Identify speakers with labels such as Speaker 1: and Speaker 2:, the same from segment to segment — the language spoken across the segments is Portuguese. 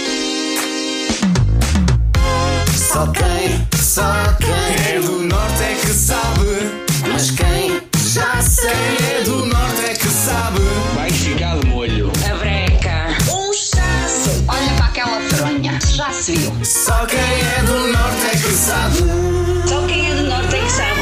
Speaker 1: Um civil.
Speaker 2: é é Só quem é do norte é que sabe.
Speaker 1: Só quem é do norte é que sabe.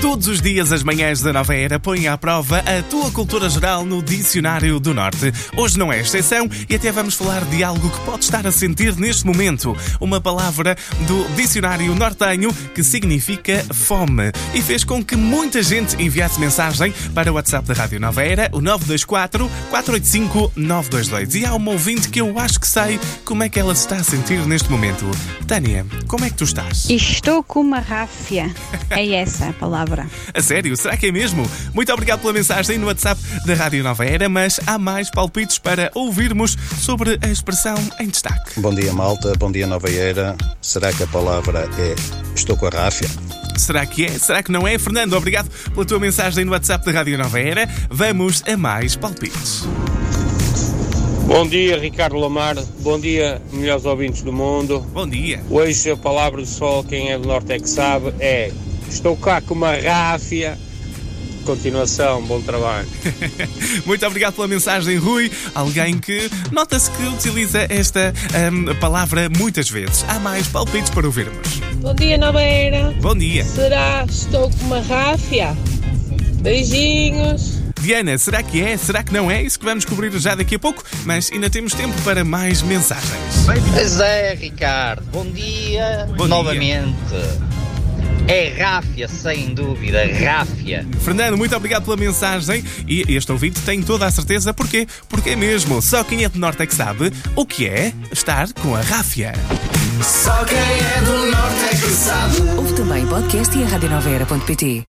Speaker 3: Todos os dias, as manhãs da Nova Era põem à prova a tua cultura geral no Dicionário do Norte. Hoje não é exceção e até vamos falar de algo que pode estar a sentir neste momento. Uma palavra do Dicionário Nortenho que significa fome e fez com que muita gente enviasse mensagem para o WhatsApp da Rádio Nova Era, o 924 485 922. E há uma ouvinte que eu acho que sei como é que ela se está a sentir neste momento. Tânia, como é que tu estás?
Speaker 4: Estou com uma ráfia. É essa a palavra.
Speaker 3: A sério, será que é mesmo? Muito obrigado pela mensagem no WhatsApp da Rádio Nova Era, mas há mais palpites para ouvirmos sobre a expressão em destaque.
Speaker 5: Bom dia, malta. Bom dia, Nova Era. Será que a palavra é estou com a ráfia?
Speaker 3: Será que é? Será que não é? Fernando, obrigado pela tua mensagem no WhatsApp da Rádio Nova Era. Vamos a mais palpites.
Speaker 6: Bom dia, Ricardo Lamar. Bom dia, melhores ouvintes do mundo.
Speaker 3: Bol dia.
Speaker 6: Hoje a palavra do sol, quem é do norte é que sabe, é estou cá com uma ráfia. Continuação, bom trabalho.
Speaker 3: Muito obrigado pela mensagem, Rui. Alguém que nota-se que utiliza esta hum, palavra muitas vezes. Há mais palpites para ouvirmos.
Speaker 7: Bom dia, Nova Era.
Speaker 3: Bom dia.
Speaker 7: Será estou com uma ráfia? Beijinhos.
Speaker 3: Diana, será que é? Será que não é? Isso que vamos cobrir já daqui a pouco, mas ainda temos tempo para mais mensagens.
Speaker 8: Pois é, Ricardo. Bom dia
Speaker 3: Bom dia.
Speaker 8: novamente. É ráfia, sem dúvida, ráfia.
Speaker 3: Fernando, muito obrigado pela mensagem e este ouvinte tem toda a certeza porquê. Porque é mesmo, só quem é de Norte é que sabe o que é estar com a ráfia.
Speaker 2: Só quem é do norte é que sabe.
Speaker 9: Ouve também o podcast e a radionovera.pt.